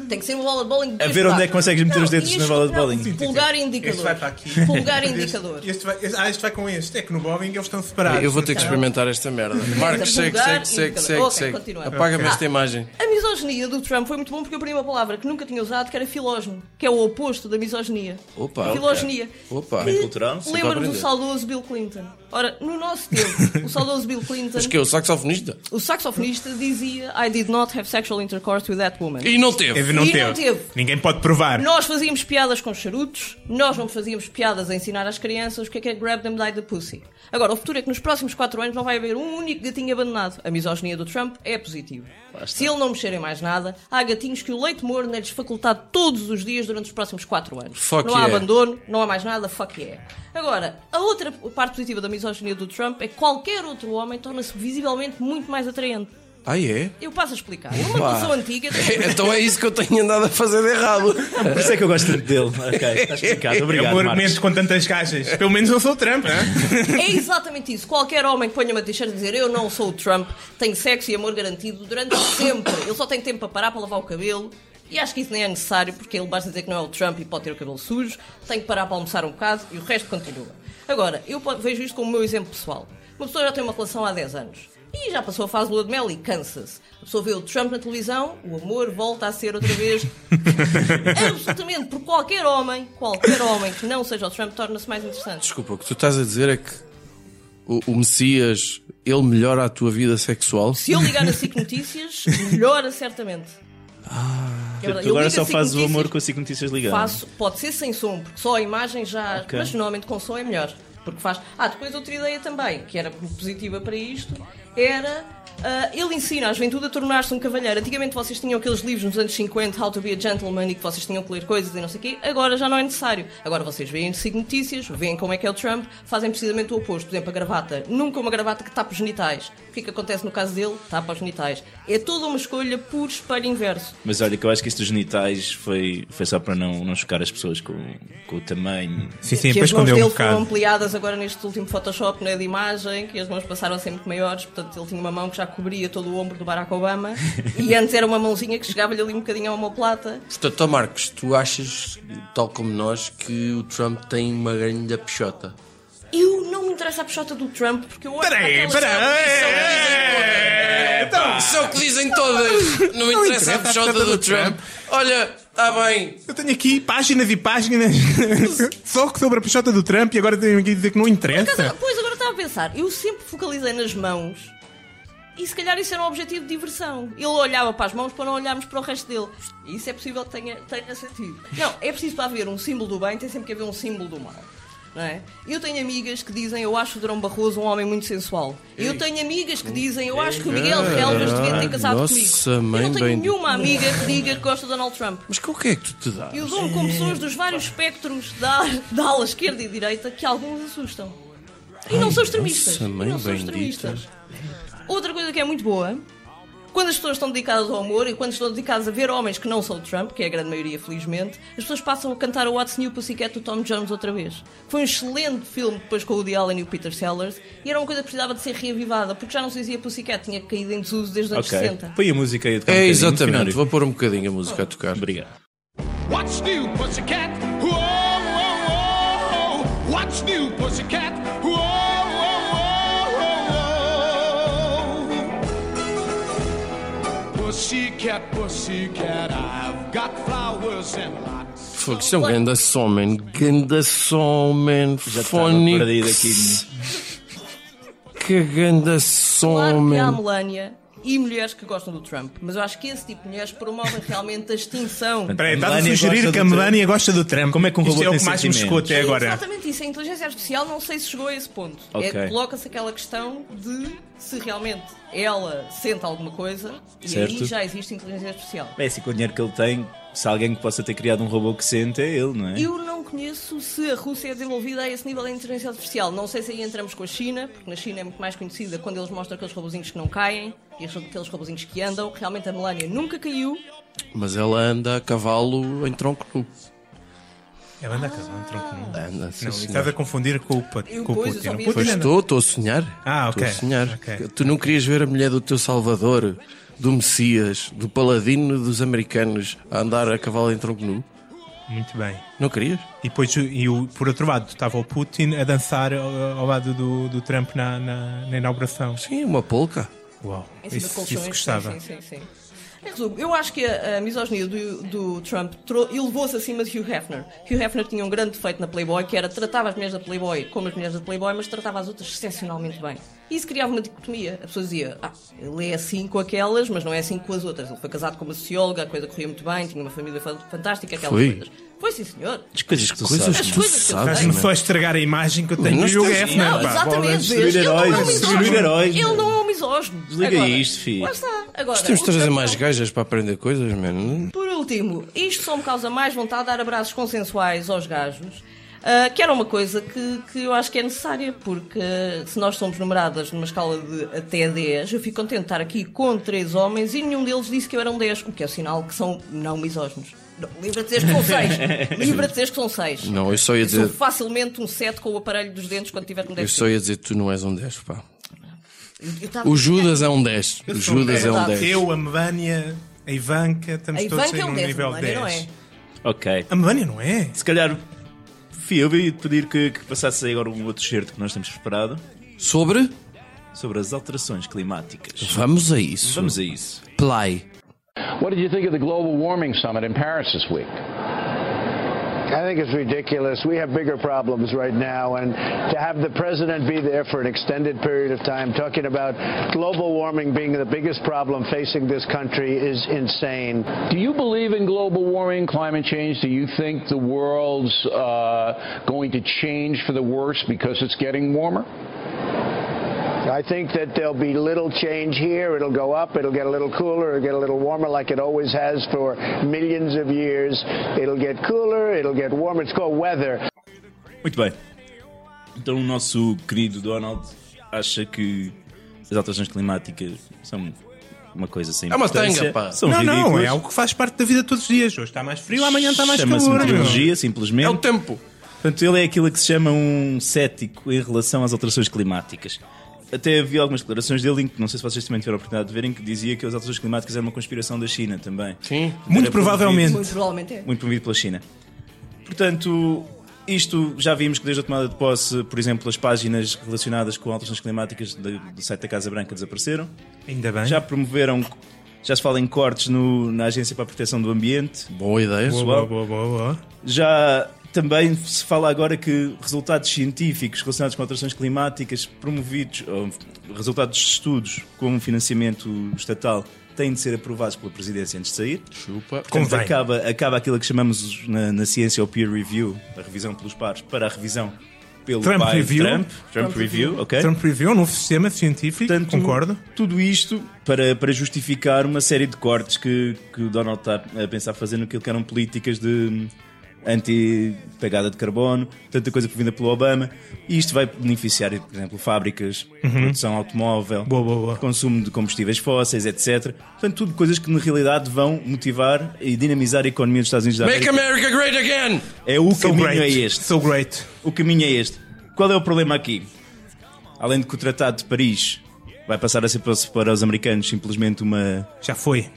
Speaker 1: Tem que ser uma bola de bowling de
Speaker 4: A
Speaker 1: dois
Speaker 4: ver onde
Speaker 1: buracos.
Speaker 4: é que consegues meter
Speaker 1: Não,
Speaker 4: os dedos
Speaker 1: e
Speaker 4: na
Speaker 1: este-
Speaker 4: bola de
Speaker 1: não,
Speaker 4: bowling. Sim, sim,
Speaker 1: Pulgar
Speaker 5: Este vai para
Speaker 1: indicador.
Speaker 5: aqui.
Speaker 1: Pulgar indicador.
Speaker 5: Este vai, este- ah, este vai com este. É que no bowling eles estão separados.
Speaker 6: Eu vou
Speaker 1: Então,
Speaker 6: ter que experimentar esta merda. Marcos, segue,
Speaker 1: vulgar
Speaker 6: segue, segue,
Speaker 1: e vulgar.
Speaker 6: segue,
Speaker 1: Ok,
Speaker 6: segue.
Speaker 1: continuamos.
Speaker 6: Apaga-me
Speaker 1: Ok.
Speaker 6: esta imagem.
Speaker 1: A misoginia do Trump foi muito bom porque eu aprendi uma palavra que nunca tinha usado, que era filógeno, que é o oposto da misoginia.
Speaker 6: Opa.
Speaker 1: Filogenia.
Speaker 6: Opa.
Speaker 1: Que
Speaker 4: cultural, sempre a
Speaker 1: Lembra-nos do
Speaker 6: aprender.
Speaker 1: saudoso Bill Clinton. Ora, no nosso tempo, o saudoso Bill Clinton,
Speaker 6: Mas que é o saxofonista?
Speaker 1: o saxofonista, dizia I did not have sexual intercourse with that woman.
Speaker 6: E não teve.
Speaker 5: Teve, não,
Speaker 1: E
Speaker 5: teve.
Speaker 1: não teve.
Speaker 5: Ninguém pode provar.
Speaker 1: Nós fazíamos piadas com charutos, nós não fazíamos piadas a ensinar às crianças o que é que é grab them by the pussy. Agora, o futuro é que nos próximos 4 anos não vai haver um único gatinho abandonado. A misoginia do Trump é positiva. Se ele não mexer em mais nada, há gatinhos que o leite morno é-lhes facultado todos os dias durante os próximos 4 anos.
Speaker 6: Fuck
Speaker 1: não há
Speaker 6: yeah.
Speaker 1: abandono, não há mais nada, fuck yeah. Agora, a outra parte positiva da misoginia do Trump é que qualquer outro homem torna-se visivelmente muito mais atraente.
Speaker 6: Ah, é?
Speaker 1: Eu passo a explicar. Eu, uma
Speaker 6: Pá.
Speaker 1: pessoa antiga...
Speaker 6: Então é isso que eu tenho andado a fazer de errado.
Speaker 4: Por isso é que eu gosto tanto dele. Ok, está explicado.
Speaker 5: É
Speaker 4: Obrigado,
Speaker 5: um
Speaker 4: Marcos.
Speaker 5: argumento com tantas caixas. Pelo menos eu sou o Trump, né?
Speaker 1: É exatamente isso. Qualquer homem que ponha uma t-shirt a dizer eu não sou o Trump, tenho sexo e amor garantido durante sempre. Ele só tem tempo para parar para lavar o cabelo. E acho que isso nem é necessário, porque ele basta dizer que não é o Trump e pode ter o cabelo sujo, tem que parar para almoçar um bocado e o resto continua. Agora, eu po- vejo isto como o meu exemplo pessoal. Uma pessoa já tem uma relação há 10 anos e já passou a fase de lua de mel e cansa-se. A pessoa vê o Trump na televisão, o amor volta a ser outra vez absolutamente por qualquer homem, qualquer homem que não seja o Trump torna-se mais interessante.
Speaker 6: Desculpa, o que tu estás a dizer é que o, o Messias, ele melhora a tua vida sexual?
Speaker 1: Se eu ligar a SIC Notícias, melhora certamente. Ah,
Speaker 4: Tu agora só fazes o amor com as 5 notícias ligadas.
Speaker 1: Faço, pode ser sem som, porque só a imagem já.
Speaker 4: Ok.
Speaker 1: Mas normalmente com som é melhor. Porque faz. Ah, depois outra ideia também, que era positiva para isto, era. ah, ele ensina à juventude a tornar-se um cavalheiro. Antigamente vocês tinham aqueles livros nos anos 50, How to be a Gentleman, e que vocês tinham que ler coisas e não sei o quê. Agora já não é necessário. Agora vocês veem SIC Notícias, veem como é que é o Trump, fazem precisamente o oposto. Por exemplo, a gravata. Nunca uma gravata que tapa os genitais. O que é que acontece no caso dele? Tapa os genitais. É toda uma escolha por espelho inverso.
Speaker 4: Mas olha, que eu acho que isso dos genitais foi, foi só para não, não chocar as pessoas com, com o tamanho.
Speaker 5: Sim, sim,
Speaker 1: que
Speaker 5: para
Speaker 1: as mãos
Speaker 5: esconder um
Speaker 1: dele foram
Speaker 5: bocado.
Speaker 1: ampliadas agora neste último Photoshop, na de imagem, que as mãos passaram a ser muito maiores, portanto ele tinha uma mão que já cobria todo o ombro do Barack Obama e antes era uma mãozinha que chegava-lhe ali um bocadinho à homoplata.
Speaker 6: Portanto, ó Marcos, tu achas, tal como nós, que o Trump tem uma grande pichota?
Speaker 1: Eu não me interessa a pichota do Trump, porque eu olho para
Speaker 5: Peraí,
Speaker 1: aquelas
Speaker 5: peraí.
Speaker 1: selfies
Speaker 5: Então,
Speaker 6: Isso é o que dizem todas! Não, interessa a pichota do, Trump. Olha, está bem.
Speaker 5: eu tenho aqui páginas e páginas só que sobre a pichota do Trump e agora tenho aqui a dizer que não
Speaker 1: e todas.
Speaker 5: interessa.
Speaker 1: Pois agora estava a pensar, eu sempre focalizei nas mãos. E se calhar isso era um objetivo de diversão. Ele olhava para as mãos para não olharmos para o resto dele. E isso é possível que tenha, tenha sentido. Não, é preciso para haver um símbolo do bem, tem sempre que haver um símbolo do mal. Não é? Eu tenho amigas que dizem eu acho o Durão Barroso um homem muito sensual. Eu tenho amigas que dizem eu acho que o Miguel Relvas devia ter casado
Speaker 6: Nossa,
Speaker 1: comigo. Eu
Speaker 6: mãe
Speaker 1: não tenho
Speaker 6: bendita.
Speaker 1: nenhuma amiga que diga que gosta de Donald Trump.
Speaker 6: Mas com o que é que tu te dás?
Speaker 1: E o dou com pessoas dos vários espectros da, da ala esquerda e direita que alguns assustam. E não são extremistas.
Speaker 6: nossa
Speaker 1: E
Speaker 6: mãe
Speaker 1: não são
Speaker 6: bendita.
Speaker 1: extremistas. Outra coisa que é muito boa, quando as pessoas estão dedicadas ao amor e quando estão dedicadas a ver homens que não são o Trump, que é a grande maioria, felizmente, as pessoas passam a cantar o What's New Pussycat do Tom Jones outra vez. Foi um excelente filme depois com o Woody Allen e o Peter Sellers e era uma coisa que precisava de ser reavivada, porque já não se dizia Pussycat, tinha caído em desuso desde os anos
Speaker 4: Ok.
Speaker 1: 60.
Speaker 4: Põe a música aí a tocar um
Speaker 6: É,
Speaker 4: bocadinho,
Speaker 6: exatamente.
Speaker 4: Finório.
Speaker 6: Vou pôr um bocadinho a música a tocar.
Speaker 4: Obrigado.
Speaker 8: What's new, pussycat? Whoa, whoa, whoa. What's new, pussycat? Whoa, whoa, whoa, whoa, whoa. Pussycat, pussycat, I've got flowers and lots.
Speaker 6: Fogo, isto é um ganda som, man. Ganda som, man.
Speaker 4: Já estava perdido aqui.
Speaker 6: Phonics. Que ganda som,
Speaker 1: Claro que há
Speaker 6: man.
Speaker 1: Melania e mulheres que gostam do Trump, mas eu acho que esse tipo de mulheres promovem realmente a extinção.
Speaker 5: Peraí, estás a
Speaker 4: Melania gosta
Speaker 5: sugerir que a
Speaker 4: do
Speaker 5: Melania gosta do Trump.
Speaker 4: Como é que um
Speaker 5: Isto
Speaker 4: robô
Speaker 5: é o
Speaker 4: tem
Speaker 5: que mais me
Speaker 4: sentimentos?
Speaker 5: chocou até
Speaker 1: É
Speaker 5: agora.
Speaker 1: Exatamente isso. A inteligência artificial não sei se chegou a esse ponto.
Speaker 4: Ok.
Speaker 1: É que coloca-se aquela questão de se realmente ela sente alguma coisa e aí
Speaker 4: Certo.
Speaker 1: já existe inteligência artificial.
Speaker 4: É assim, com o dinheiro que ele tem, se alguém que possa ter criado um robô que sente, é ele, não é?
Speaker 1: Eu não conheço se a Rússia é desenvolvida a esse nível da inteligência artificial. Não sei se aí entramos com a China, porque na China é muito mais conhecida quando eles mostram aqueles robozinhos que não caem e aqueles robozinhos que andam. Realmente a Melania nunca caiu,
Speaker 6: Mas ela anda a cavalo em tronco nu.
Speaker 5: Ela anda a casar um tronco nu.
Speaker 6: Anda, sim,
Speaker 5: Não, isso
Speaker 6: senhor.
Speaker 5: estás a confundir com o Putin.
Speaker 1: Eu,
Speaker 5: com o
Speaker 1: pois, eu
Speaker 5: Putin.
Speaker 1: só
Speaker 5: O Putin é
Speaker 1: vi esse-
Speaker 6: Pois
Speaker 5: anda-
Speaker 6: estou, estou a sonhar.
Speaker 5: Ah, ok,
Speaker 6: Estou a sonhar.
Speaker 5: ok.
Speaker 6: Tu não querias ver a mulher do teu Salvador, do Messias, do Paladino dos Americanos, a andar a cavalo em tronco nu?
Speaker 5: Muito bem.
Speaker 6: Não querias?
Speaker 5: E depois, e o, por outro lado, estava o Putin a dançar ao, ao lado do, do Trump na, na, na inauguração.
Speaker 6: Sim, uma polca.
Speaker 5: Uau,
Speaker 1: Em cima de
Speaker 5: isso,
Speaker 1: colchões,
Speaker 5: isso gostava.
Speaker 1: assim, Sim, sim, sim. sim. Em resumo, eu acho que a, a misoginia do, do Trump tro- elevou-se acima de Hugh Hefner. Hugh Hefner tinha um grande defeito na Playboy, que era tratava as mulheres da Playboy como as mulheres da Playboy, mas tratava as outras excepcionalmente bem. E isso criava uma dicotomia. A pessoa dizia, ah, ele é assim com aquelas, mas não é assim com as outras. Ele foi casado com uma socióloga, a coisa corria muito bem, tinha uma família fan- fantástica, aquelas
Speaker 6: Foi?
Speaker 1: coisas. Foi sim, senhor.
Speaker 4: As coisas que tu
Speaker 6: Coisas
Speaker 4: sabes.
Speaker 1: As
Speaker 6: que tu
Speaker 1: coisas que eu
Speaker 6: sabes,
Speaker 1: sei.
Speaker 5: Estás-me só a estragar a imagem que eu tenho
Speaker 6: Nós
Speaker 5: do Hugh
Speaker 6: temos-
Speaker 5: Hefner,
Speaker 1: Não,
Speaker 5: pá.
Speaker 1: exatamente.
Speaker 5: Bolas.
Speaker 1: vês? Ele não é um
Speaker 4: heróis, destruir heróis,
Speaker 1: misógino. Ele
Speaker 4: meu.
Speaker 1: não é um misógino.
Speaker 4: Desliga
Speaker 1: Agora,
Speaker 4: isto, filho.
Speaker 1: Lá está. Agora,
Speaker 6: Nós temos de
Speaker 1: o é
Speaker 4: é
Speaker 6: trazer
Speaker 1: Trump
Speaker 6: mais
Speaker 1: não-
Speaker 6: gajas para aprender coisas, mano.
Speaker 1: Por último, isto só me causa mais vontade de dar abraços consensuais aos gajos, ah, que era uma coisa que, que eu acho que é necessária, porque ah, se nós somos numeradas numa escala de até 10, eu fico contente de estar aqui com três homens e nenhum deles disse que eu era um 10, o que é o sinal que são não misóginos. Não, Livra-te de dizer que são seis. Livra-te de dizer que são seis.
Speaker 6: Não, eu só ia
Speaker 1: sou
Speaker 6: dizer-
Speaker 1: facilmente um 7 com o aparelho dos dentes quando tiver com 10.
Speaker 6: Eu só ia dizer que tu não és um 10, pá.
Speaker 1: Eu tava-
Speaker 6: O Judas é um 10. O Judas é um
Speaker 1: verdade.
Speaker 6: 10.
Speaker 5: Eu, a Melania, a Ivanka, estamos
Speaker 1: A
Speaker 5: todos
Speaker 1: Ivanka
Speaker 5: aí
Speaker 1: é um
Speaker 5: num
Speaker 1: 10,
Speaker 5: nível
Speaker 1: Melania, não é?
Speaker 4: Ok.
Speaker 5: A Melania não é?
Speaker 4: Se calhar, Fih, eu ia pedir que, que passasse aí agora um outro certo que nós temos preparado
Speaker 6: Sobre?
Speaker 4: sobre as alterações climáticas.
Speaker 6: Vamos a isso.
Speaker 4: Vamos a isso.
Speaker 6: Play.
Speaker 9: What did you think of the global warming summit in Paris this week?
Speaker 3: I think it's ridiculous. We have bigger problems right now, and to have the president be there for an extended period of time talking about global warming being the biggest problem facing this country is insane.
Speaker 9: Do you believe in global warming, climate change? Do you think the world's uh, going to change for the worse because it's getting warmer?
Speaker 3: I think that there'll be little change here. It'll go up, it'll get a little cooler, it'll get a little warmer like it always has for millions of years. It'll get cooler, it'll get warmer. It's called weather.
Speaker 4: Muito bem. Então, o nosso querido Donald acha que as alterações climáticas são uma coisa sem
Speaker 6: É uma
Speaker 4: importância,
Speaker 6: tanga, pá.
Speaker 4: São
Speaker 5: não, não,
Speaker 4: ridículas.
Speaker 5: é algo que faz parte da vida todos os dias. Hoje está mais frio, amanhã está mais
Speaker 4: Chama-se
Speaker 5: calor. meu.
Speaker 4: meteorologia, simplesmente.
Speaker 6: É o tempo.
Speaker 4: Portanto, ele é aquilo que se chama um cético em relação às alterações climáticas. Até havia algumas declarações dele, em que não sei se vocês também tiveram a oportunidade de verem, que dizia que as alterações climáticas eram uma conspiração da China também. Sim.
Speaker 5: Muito provavelmente.
Speaker 1: Muito provavelmente é.
Speaker 4: Muito promovido pela China. Portanto, isto já vimos que desde a tomada de posse, por exemplo, as páginas relacionadas com alterações climáticas do, do site da Casa Branca desapareceram.
Speaker 5: Ainda bem.
Speaker 4: Já promoveram, já se fala em cortes no- na Agência para a Proteção do Ambiente.
Speaker 6: Boa ideia.
Speaker 5: boa, boa, boa, boa, boa.
Speaker 4: Já também se fala agora que resultados científicos relacionados com alterações climáticas promovidos, ou resultados de estudos com financiamento estatal, têm de ser aprovados pela Presidência antes de sair.
Speaker 6: Chupa.
Speaker 4: Portanto,
Speaker 5: Convém.
Speaker 4: acaba, acaba aquilo que chamamos na, na ciência o peer review, a revisão pelos pares, para a revisão pelo
Speaker 5: Trump
Speaker 4: pai
Speaker 5: review.
Speaker 4: Trump. Trump, review, ok?
Speaker 5: Trump Review, um novo sistema científico,
Speaker 4: Portanto,
Speaker 5: concordo.
Speaker 4: Tudo isto para, para justificar uma série de cortes que, que o Donald está a pensar fazer naquilo que eram políticas de anti-pegada de carbono, tanta coisa provinda pelo Obama. E isto vai beneficiar, por exemplo, fábricas, produção automóvel,
Speaker 5: Uhum. Boa, boa, boa.
Speaker 4: consumo de combustíveis fósseis, etc. Portanto, tudo coisas que na realidade vão motivar e dinamizar a economia dos Estados Unidos da
Speaker 6: Make
Speaker 4: América.
Speaker 6: America Great Again!
Speaker 4: É o
Speaker 5: So
Speaker 4: caminho
Speaker 5: great.
Speaker 4: é este.
Speaker 5: So great.
Speaker 4: O caminho é este. Qual é o problema aqui? Além de que o Tratado de Paris vai passar a ser para os- para os americanos simplesmente uma.
Speaker 5: Já foi.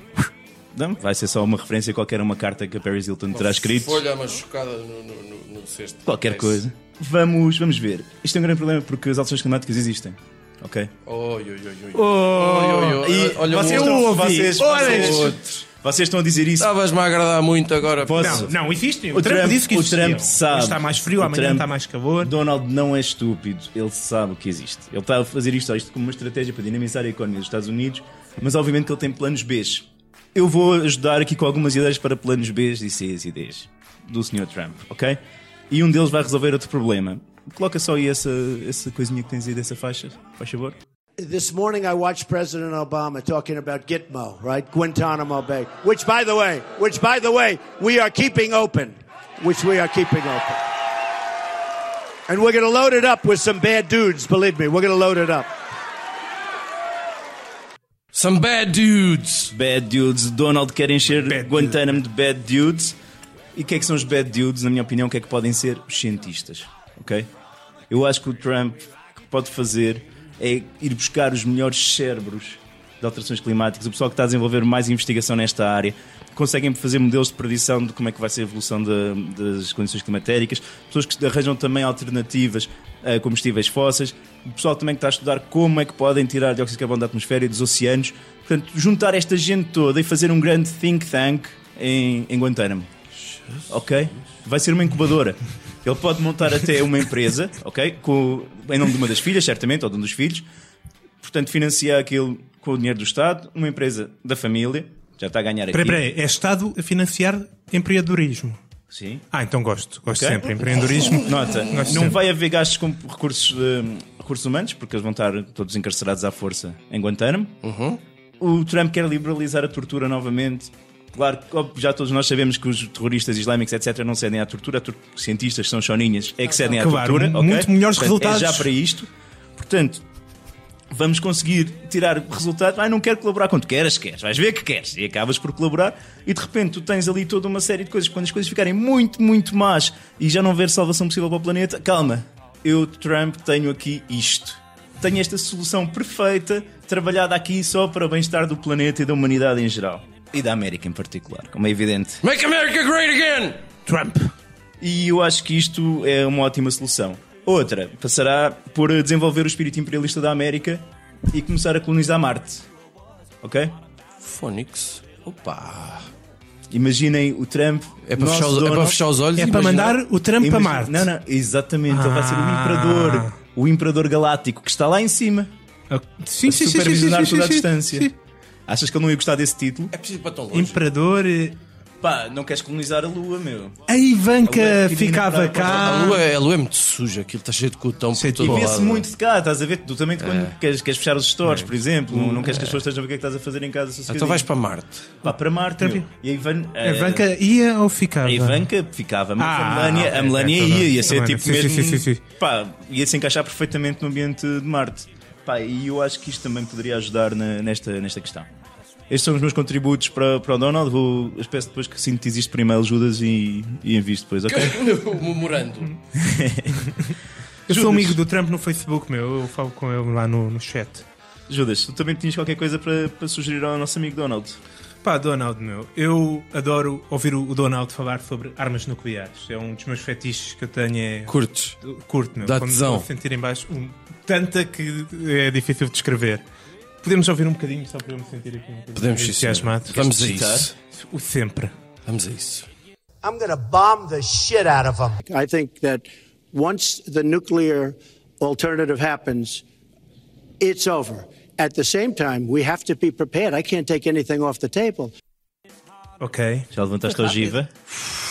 Speaker 4: Não, vai ser só uma referência a qualquer uma carta que a Paris Hilton terá escrito.
Speaker 6: Folha machucada no, no, no, no cesto.
Speaker 4: Qualquer
Speaker 6: Esse.
Speaker 4: coisa. Vamos, vamos ver. Isto é um grande problema porque as alterações climáticas existem. Ok?
Speaker 6: Oi, oi, oi, oi. Oi, oi, oi.
Speaker 4: Oh, E
Speaker 6: Olha,
Speaker 4: vocês,
Speaker 6: o
Speaker 4: estão,
Speaker 6: outro.
Speaker 4: vocês,
Speaker 6: Olha
Speaker 4: vocês-
Speaker 6: o outro.
Speaker 4: vocês estão a dizer isso.
Speaker 6: Estavas-me a agradar muito agora.
Speaker 4: Posso?
Speaker 5: Não, não, existe. O,
Speaker 4: O
Speaker 5: Trump,
Speaker 4: Trump,
Speaker 5: disse que
Speaker 4: o
Speaker 5: existia.
Speaker 4: Trump
Speaker 5: Hoje
Speaker 4: sabe.
Speaker 5: Está mais frio,
Speaker 4: O
Speaker 5: amanhã
Speaker 4: Trump-
Speaker 5: está mais calor.
Speaker 4: Donald não é estúpido, ele sabe que existe. Ele está a fazer isto, isto como uma estratégia para dinamizar a economia dos Estados Unidos, mas obviamente que ele tem planos B. Eu vou ajudar aqui com algumas ideias para planos B e Cs e Ds do Sr. Trump, ok? E um deles vai resolver outro problema. Coloca só aí essa, essa coisinha que tens aí dessa faixa, faz favor.
Speaker 2: This morning I watched President Obama talking about Gitmo, right? Guantanamo Bay, which by the way, which by the way, we are keeping open, which we are keeping open. And we're going to load it up with some bad dudes, believe me. We're going to load it up.
Speaker 6: Some bad dudes.
Speaker 4: Bad dudes, Donald quer encher
Speaker 5: Bad
Speaker 4: Guantánamo de bad dudes. E o que é que são os bad dudes, na minha opinião, o que é que podem ser? Os cientistas, ok? Eu acho que o Trump que pode fazer é ir buscar os melhores cérebros de alterações climáticas, o pessoal que está a desenvolver mais investigação nesta área, conseguem fazer modelos de predição de como é que vai ser a evolução da- das condições climatéricas, pessoas que arranjam também alternativas a combustíveis fósseis, o pessoal também que está a estudar como é que podem tirar dióxido de carbono da atmosfera e dos oceanos. Portanto, juntar esta gente toda e fazer um grande think tank em, em Guantánamo. Ok? Vai ser uma incubadora. Ele pode montar até uma empresa, ok? Com, em nome de uma das filhas, certamente, ou de um dos filhos. Portanto, financiar aquilo com o dinheiro do Estado, uma empresa da família, já está a ganhar aqui.
Speaker 5: Peraí, peraí, é Estado a financiar empreendedorismo.
Speaker 4: Sim.
Speaker 5: Ah, então gosto. Gosto
Speaker 4: Ok.
Speaker 5: sempre. Empreendedorismo.
Speaker 4: Nota,
Speaker 5: Gosto
Speaker 4: não
Speaker 5: sempre.
Speaker 4: vai haver gastos com recursos, hum, recursos humanos, porque eles vão estar todos encarcerados à força em Guantánamo. O Trump quer liberalizar a tortura novamente. Claro, que, óbvio, já todos nós sabemos que os terroristas islâmicos, etc., não cedem à tortura. A tor- Os cientistas que são choninhas é que cedem à
Speaker 5: Claro,
Speaker 4: tortura. ok?
Speaker 5: muito melhores
Speaker 4: Portanto,
Speaker 5: resultados.
Speaker 4: É já para isto. Portanto, vamos conseguir tirar resultados. Ah, não quero colaborar quando queres, queres. Vais ver que queres. E acabas por colaborar e de repente tu tens ali toda uma série de coisas. Quando as coisas ficarem muito, muito más e já não haver salvação possível para o planeta, calma. Eu, Trump, tenho aqui isto. Tenho esta solução perfeita, trabalhada aqui só para o bem-estar do planeta e da humanidade em geral. E da América em particular, como é evidente.
Speaker 6: Make America great again!
Speaker 5: Trump.
Speaker 4: E eu acho que isto é uma ótima solução. Outra passará por desenvolver o espírito imperialista da América e começar a colonizar Marte. Ok?
Speaker 6: Phonics. Opa!
Speaker 4: Imaginem o Trump.
Speaker 6: É para,
Speaker 4: nosso
Speaker 6: fechar os, é
Speaker 4: Donald-
Speaker 6: para fechar os olhos
Speaker 5: É
Speaker 6: e
Speaker 5: para
Speaker 6: imaginar-
Speaker 5: mandar o Trump para
Speaker 4: Imagina-
Speaker 5: Marte.
Speaker 4: Não, não, exatamente. Ele vai ser o
Speaker 6: Ah.
Speaker 4: imperador. O imperador galáctico que está lá em cima.
Speaker 5: Sim,
Speaker 4: a
Speaker 5: sim, sim, sim, sim,
Speaker 4: supervisionar
Speaker 5: sim, sim,
Speaker 4: toda a
Speaker 5: sim.
Speaker 4: distância.
Speaker 5: Sim.
Speaker 4: Achas que ele não ia gostar desse título?
Speaker 6: É preciso ir para tão longe.
Speaker 5: Imperador. eh,
Speaker 4: Pá, não queres colonizar a Lua, meu.
Speaker 5: A
Speaker 4: A
Speaker 5: Ivanka
Speaker 4: lua
Speaker 5: ficava
Speaker 4: pequenina para-
Speaker 5: cá.
Speaker 6: A lua, é- a lua é muito suja, aquilo está cheio de cotão
Speaker 5: Cheio
Speaker 6: por
Speaker 5: de-
Speaker 6: todo
Speaker 5: e
Speaker 6: lado.
Speaker 4: Vê-se muito de cá, estás a ver? Tu também quando
Speaker 6: É.
Speaker 4: queres, queres fechar os stores, por exemplo, não queres que as pessoas estejam a ver o que é que estás a fazer em casa.
Speaker 6: Então
Speaker 4: sossegadinho.
Speaker 6: vais para Marte.
Speaker 4: Vá para Marte, meu. E a Ivan- eh,
Speaker 5: A Ivanka ia ou ficava?
Speaker 4: A Ivanka ficava, mas
Speaker 5: Ah,
Speaker 4: a Melania,
Speaker 5: ok,
Speaker 4: a Melania
Speaker 5: ok,
Speaker 4: ia, ia
Speaker 5: tudo
Speaker 4: ser
Speaker 5: bem.
Speaker 4: tipo
Speaker 5: Sim,
Speaker 4: mesmo.
Speaker 5: sim, sim, sim, sim.
Speaker 4: Pá, ia se encaixar perfeitamente no ambiente de Marte. Pá, e eu acho que isto também poderia ajudar na- nesta, nesta questão. Estes são os meus contributos para, para o Donald. Vou, eu peço depois que sintetize isto por e-mail, Judas, e, e envies depois, ok?
Speaker 6: o memorando.
Speaker 5: Eu sou um
Speaker 4: Judas.
Speaker 5: amigo do Trump no Facebook, meu. Eu falo com ele lá no, no chat.
Speaker 4: Judas, tu também tinhas qualquer coisa para, para sugerir ao nosso amigo Donald.
Speaker 5: Pá, Donald, meu. Eu adoro ouvir o o Donald falar sobre armas nucleares. É um dos meus fetiches que eu tenho. É...
Speaker 6: Curtes.
Speaker 5: Curto, meu.
Speaker 6: Dá
Speaker 5: Quando
Speaker 6: tesão.
Speaker 5: estou a sentir em baixo um... tanta que é difícil de descrever. Podemos ouvir um bocadinho só para eu me sentir aqui um bocadinho
Speaker 6: Podemos sim, senhor.
Speaker 5: entusiasmado.
Speaker 6: Vamos a isso.
Speaker 5: O sempre.
Speaker 6: Vamos a isso.
Speaker 2: I'm going to bomb the shit out of them.
Speaker 3: I think that once the nuclear alternative happens, it's over. At the same time, we have to be prepared. I can't take anything off the table.
Speaker 5: Ok.
Speaker 4: Já levantaste a ogiva?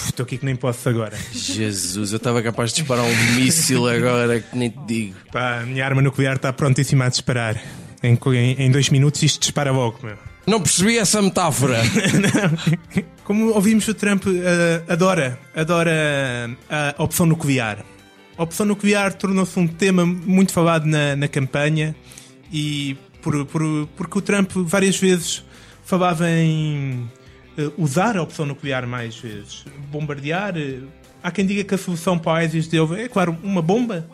Speaker 5: Estou aqui que nem posso agora.
Speaker 6: Jesus, eu estava capaz de disparar um míssil agora que nem te digo.
Speaker 5: Pá, a minha arma nuclear está prontíssima a disparar. Em, co- em, em dois minutos isto dispara logo, meu.
Speaker 6: Não percebi essa metáfora.
Speaker 5: Como ouvimos, o Trump eh, adora, adora eh, a opção nuclear. A opção nuclear tornou-se um tema muito falado na, na campanha e por, por- porque o Trump várias vezes falava em eh, usar a opção nuclear mais vezes, bombardear. eh, há quem diga que a solução para o ISIS dele é, claro, uma bomba.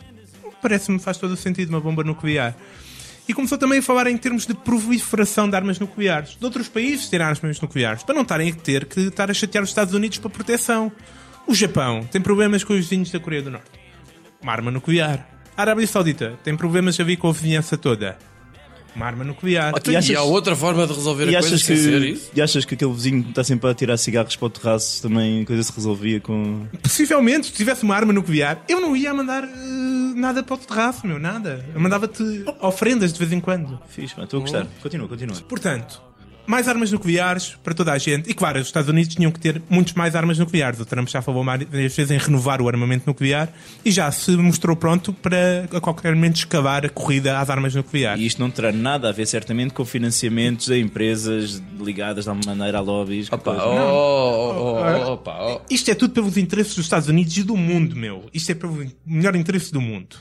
Speaker 5: Parece-me faz todo o sentido uma bomba nuclear. E começou também a falar em termos de proliferação de armas nucleares. De outros países terem armas nucleares. Para não estarem a ter que estar a chatear os Estados Unidos para proteção. O Japão tem problemas com os vizinhos da Coreia do Norte. Uma arma nuclear. A Arábia Saudita tem problemas a ver com a vizinhança toda. Uma arma nuclear.
Speaker 6: Então,
Speaker 4: E
Speaker 6: e,
Speaker 4: achas-
Speaker 6: há outra forma de resolver
Speaker 4: E
Speaker 6: a coisa
Speaker 4: achas,
Speaker 6: sem ser
Speaker 4: que,
Speaker 6: isso?
Speaker 4: e achas que aquele vizinho que está sempre a tirar cigarros para o terraço também a coisa se resolvia com.
Speaker 5: Então, Possivelmente, se tivesse uma arma nuclear, eu não ia mandar eh, nada para o terraço, meu, nada. Eu mandava-te ofrendas de vez em quando.
Speaker 4: Fiz, estou a gostar. Continua, continua.
Speaker 5: Portanto, mais armas nucleares para toda a gente. E claro, os Estados Unidos tinham que ter muitos mais armas nucleares. O Trump já falou várias vezes em renovar o armamento nuclear e já se mostrou pronto para a qualquer momento escavar a corrida às armas nucleares.
Speaker 4: E isto não terá nada a ver, certamente, com financiamentos a empresas ligadas de alguma maneira a lobbies.
Speaker 6: Opa,
Speaker 4: coisas.
Speaker 6: oh, oh, oh, opa, oh.
Speaker 5: Isto é tudo pelos interesses dos Estados Unidos e do mundo, meu. Isto é pelo in- melhor interesse do mundo.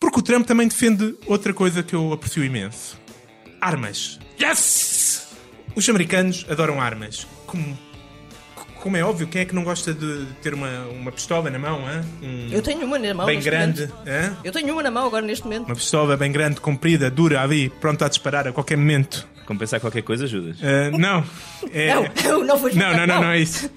Speaker 5: Porque o Trump também defende outra coisa que eu aprecio imenso: armas. Yes! Os americanos adoram armas. Como, como é óbvio, quem é que não gosta de ter uma, uma pistola na mão, hã? Um
Speaker 1: Eu tenho uma na mão.
Speaker 5: bem
Speaker 1: neste
Speaker 5: grande, é?
Speaker 1: momento.
Speaker 5: hã?
Speaker 1: Eu tenho uma na mão agora neste momento.
Speaker 5: Uma pistola bem grande, comprida, dura, ali, pronta a disparar a qualquer momento.
Speaker 4: oh. Compensar qualquer coisa, ajudas.
Speaker 5: Ah, não. É-
Speaker 1: Não, não foi
Speaker 5: não, não, não, não é Eh, isso.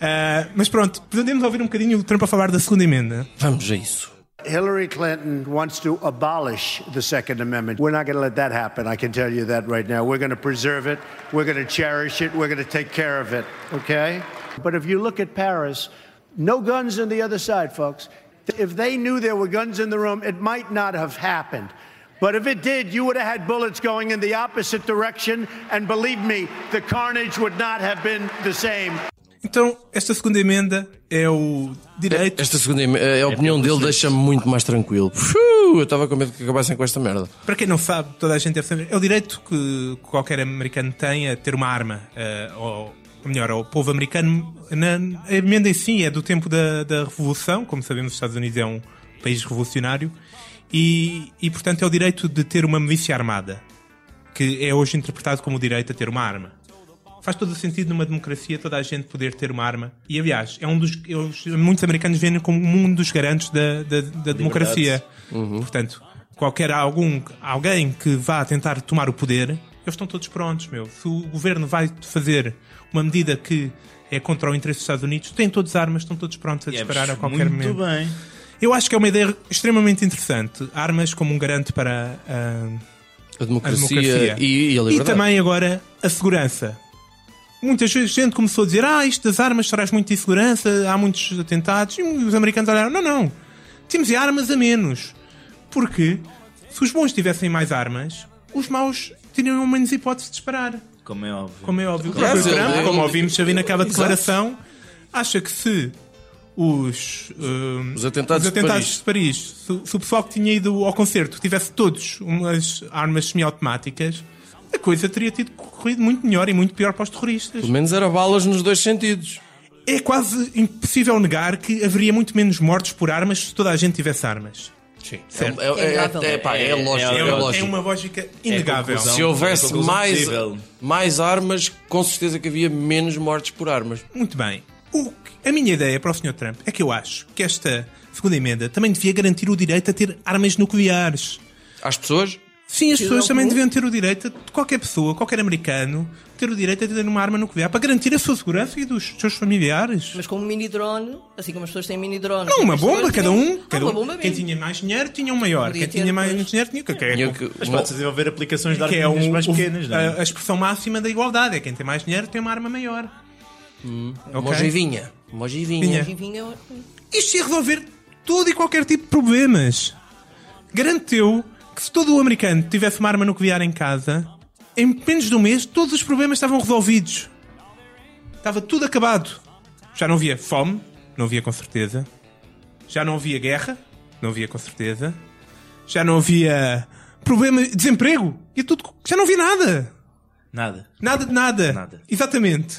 Speaker 5: Ah, mas pronto, podemos ouvir um bocadinho o Trump a falar da segunda emenda.
Speaker 6: Vamos a isso.
Speaker 2: Hillary Clinton wants to abolish the Second Amendment. We're not going to let that happen. I can tell you that right now. We're going to preserve it. We're going to cherish it. We're going to take care of it. Okay? But if you look at Paris, no guns on the other side, folks. If they knew there were guns in the room, it might not have happened. But if it did, you would have had bullets going in the opposite direction. And believe me, the carnage would not have been the same.
Speaker 5: Então, esta segunda emenda é o direito.
Speaker 6: Esta segunda em- eh, a opinião dele deixa-me muito mais tranquilo. Fuuu, eu estava com medo que acabassem com esta merda.
Speaker 5: Para quem não sabe, toda a gente deve saber, é o direito que qualquer americano tem a ter uma arma. eh, ou, ou melhor, ao povo americano. Na, a emenda em si é do tempo da, da Revolução, como sabemos, os Estados Unidos é um país revolucionário, e, e portanto é o direito de ter uma milícia armada, que é hoje interpretado como o direito a ter uma arma. Faz todo o sentido numa democracia toda a gente poder ter uma arma. E aliás, é um dos. é os- muitos americanos veem como um dos garantes da, da- da democracia.
Speaker 4: Uhum.
Speaker 5: Portanto, qualquer algum, alguém que vá tentar tomar o poder, eles estão todos prontos, meu. Se o governo vai fazer uma medida que é contra o interesse dos Estados Unidos, têm todos armas, estão todos prontos a disparar a qualquer momento.
Speaker 4: é Muito bem.
Speaker 5: Eu acho que é uma ideia extremamente interessante. Armas como um garante para ah,
Speaker 6: A
Speaker 5: a
Speaker 6: democracia,
Speaker 5: democracia.
Speaker 6: E, e a liberdade.
Speaker 5: também agora a segurança. Muita ge- gente começou a dizer: Ah, isto das armas traz muita insegurança, há muitos atentados. E os americanos olharam: Não, não. Temos armas a menos. Porque se os bons tivessem mais armas, os maus teriam menos hipótese de disparar.
Speaker 4: Como é óbvio.
Speaker 5: Como é óbvio, o
Speaker 6: Claro,
Speaker 5: próprio
Speaker 6: sim,
Speaker 5: Trump,
Speaker 6: eu-
Speaker 5: como ouvimos ali naquela
Speaker 6: Exato.
Speaker 5: declaração, acha que se os, hum,
Speaker 6: Os atentados de Paris.
Speaker 5: de Paris, se, se o pessoal que tinha ido ao concerto tivesse todos umas armas semiautomáticas, a coisa teria tido corrido muito melhor e muito pior para os terroristas.
Speaker 6: Pelo menos era balas nos dois sentidos.
Speaker 5: É quase impossível negar que haveria muito menos mortes por armas se toda a gente tivesse armas.
Speaker 6: Sim.
Speaker 5: Certo.
Speaker 6: É, é,
Speaker 1: Inegável.
Speaker 6: é- é, pá, é
Speaker 4: É-
Speaker 6: lógico.
Speaker 4: é-
Speaker 6: É,
Speaker 5: É, uma- é
Speaker 6: lógico.
Speaker 5: uma lógica inegável.
Speaker 4: conclusão.
Speaker 6: Se
Speaker 4: É
Speaker 6: houvesse
Speaker 4: uma conclusão
Speaker 6: mais,
Speaker 4: possível.
Speaker 6: mais armas, com certeza que havia menos mortes por armas.
Speaker 5: Muito bem. O que- a minha ideia para o Sr. Trump é que eu acho que esta segunda emenda também devia garantir o direito a ter armas nucleares.
Speaker 6: Às pessoas?
Speaker 5: Sim, as pessoas
Speaker 1: é
Speaker 5: também
Speaker 1: comum.
Speaker 5: deviam ter o direito, a- qualquer pessoa, qualquer americano, ter o direito a ter uma arma nuclear para garantir a sua segurança e dos seus familiares.
Speaker 1: Mas com um mini drone, assim como as pessoas têm mini drones.
Speaker 5: Não, uma
Speaker 1: as pessoas
Speaker 5: bomba, cada
Speaker 1: tinham-
Speaker 5: um.
Speaker 1: Ah,
Speaker 5: Cada
Speaker 1: uma
Speaker 5: um.
Speaker 1: bomba
Speaker 5: Quem
Speaker 1: mesmo.
Speaker 5: tinha mais dinheiro tinha um maior.
Speaker 1: Podia
Speaker 5: Quem
Speaker 1: ter
Speaker 5: tinha mais
Speaker 1: depois.
Speaker 5: dinheiro tinha o que quer.
Speaker 6: Tinha que-
Speaker 4: Mas
Speaker 6: uma-
Speaker 4: pode-se desenvolver aplicações de
Speaker 5: é Que é um,
Speaker 4: armas mais
Speaker 5: o-
Speaker 4: pequenas, não
Speaker 5: a,
Speaker 4: é?
Speaker 5: a expressão máxima da igualdade. É quem tem mais dinheiro tem uma arma maior.
Speaker 4: Hum.
Speaker 5: Ok?
Speaker 6: Uma ogivinha. Uma ogivinha.
Speaker 5: Vinha.
Speaker 1: E vinha-
Speaker 5: Isto ia resolver todo e qualquer tipo de problemas. Garanteu que se todo o americano tivesse uma arma nuclear em casa, em menos de um mês todos os problemas estavam resolvidos. Estava tudo acabado. Já não havia fome, não havia com certeza. Já não havia guerra, não havia com certeza. Já não havia problema, desemprego, e tudo, já não havia nada.
Speaker 4: Nada.
Speaker 5: Nada de nada.
Speaker 4: Nada.
Speaker 5: Exatamente.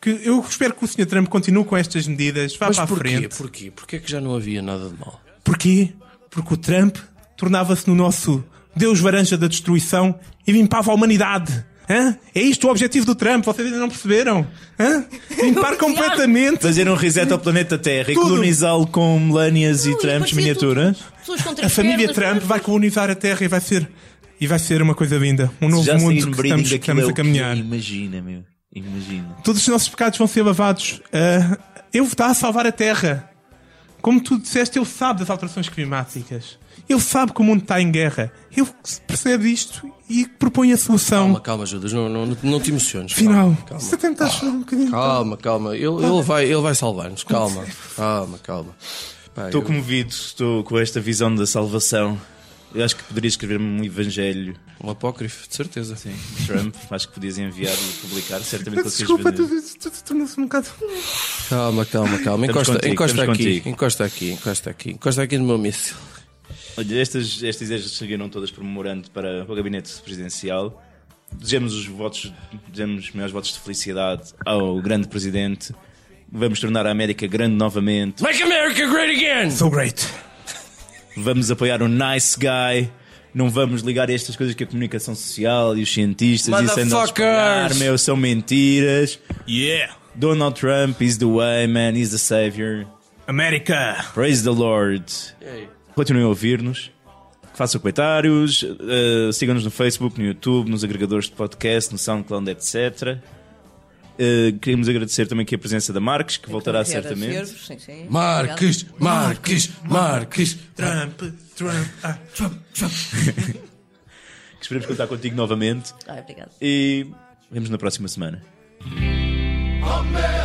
Speaker 5: Que eu espero que o Sr. Trump continue com estas medidas, vá
Speaker 6: Mas
Speaker 5: para a
Speaker 6: porquê?
Speaker 5: frente.
Speaker 6: Porquê? Porquê que já não havia nada de mal?
Speaker 5: Porquê? Porque o Trump tornava-se no nosso Deus varanja da destruição e limpava a humanidade. Hã? É isto o objetivo do Trump, vocês ainda não perceberam? Hã? Limpar completamente.
Speaker 4: Fazer um reset ao planeta Terra e
Speaker 5: Tudo.
Speaker 4: colonizá-lo com melânias e
Speaker 1: Não, e
Speaker 4: Trumps
Speaker 1: parecia
Speaker 4: miniaturas.
Speaker 1: tudo- pessoas com
Speaker 5: A
Speaker 1: três
Speaker 5: família
Speaker 1: pernas,
Speaker 5: Trump vai colonizar a Terra e vai ser. E vai ser uma coisa linda. Um novo
Speaker 4: Já
Speaker 5: mundo
Speaker 4: seguir
Speaker 5: que
Speaker 4: breeding
Speaker 5: estamos, que estamos
Speaker 4: daquilo é
Speaker 5: a caminhar.
Speaker 4: que- Imagina, meu. Imagina.
Speaker 5: Todos os nossos pecados vão ser lavados. Ah, ele está a salvar a Terra. Como tu disseste, ele sabe das alterações climáticas. Ele sabe que o mundo está em guerra. Ele percebe isto e propõe a solução.
Speaker 6: Calma, calma, Judas. Não, não, não te emociones.
Speaker 5: Final.
Speaker 6: Calma, calma.
Speaker 5: Você tentar chorar um bocadinho.
Speaker 6: Calma, calma. Ele, ele vai, ele vai salvar-nos. Calma, calma, calma. Pá,
Speaker 4: Estou
Speaker 6: eu-
Speaker 4: comovido, estou com esta visão da salvação. Eu acho que poderia escrever-me um evangelho.
Speaker 6: Um apócrifo, de certeza.
Speaker 4: Sim, Trump, acho que podias enviar e publicar, certamente
Speaker 5: Peço
Speaker 4: consegues
Speaker 5: Desculpa,
Speaker 4: vender.
Speaker 5: tu, tu, tu tornou-se um bocado.
Speaker 6: Calma, calma, calma. Encosta,
Speaker 4: contigo,
Speaker 6: encosta,
Speaker 4: estamos
Speaker 6: aqui,
Speaker 4: contigo.
Speaker 6: encosta aqui, encosta aqui, encosta aqui no meu míssil.
Speaker 4: Olha, estas, estas ideias seguiram todas por memorando para o gabinete presidencial. Desejamos os votos, desejamos os melhores votos de felicidade ao grande presidente. Vamos tornar a América grande novamente.
Speaker 6: Make America great again!
Speaker 5: So great.
Speaker 4: Vamos apoiar o nice guy. Não vamos ligar a estas coisas que a comunicação social e os cientistas e andam a espalhar,
Speaker 6: Motherfuckers!
Speaker 4: meu, são mentiras.
Speaker 5: Yeah.
Speaker 4: Donald Trump is the way, man, he's the savior.
Speaker 5: América.
Speaker 4: Praise the Lord. Continuem a ouvir-nos. Façam comentários. eh, Sigam-nos no Facebook, no YouTube, nos agregadores de podcast, no SoundCloud, etc. Uh, queríamos agradecer também aqui a presença da Marques, que voltará
Speaker 1: Vieira
Speaker 4: certamente.
Speaker 1: Fervo, Sim, sim.
Speaker 6: Marques, Marques, Marques.
Speaker 5: Trump, Trump, ah, Trump, Trump.
Speaker 4: Que esperemos contar contigo novamente.
Speaker 1: Obrigado. Ah, obrigado.
Speaker 4: E vemos na próxima semana.
Speaker 8: Amen.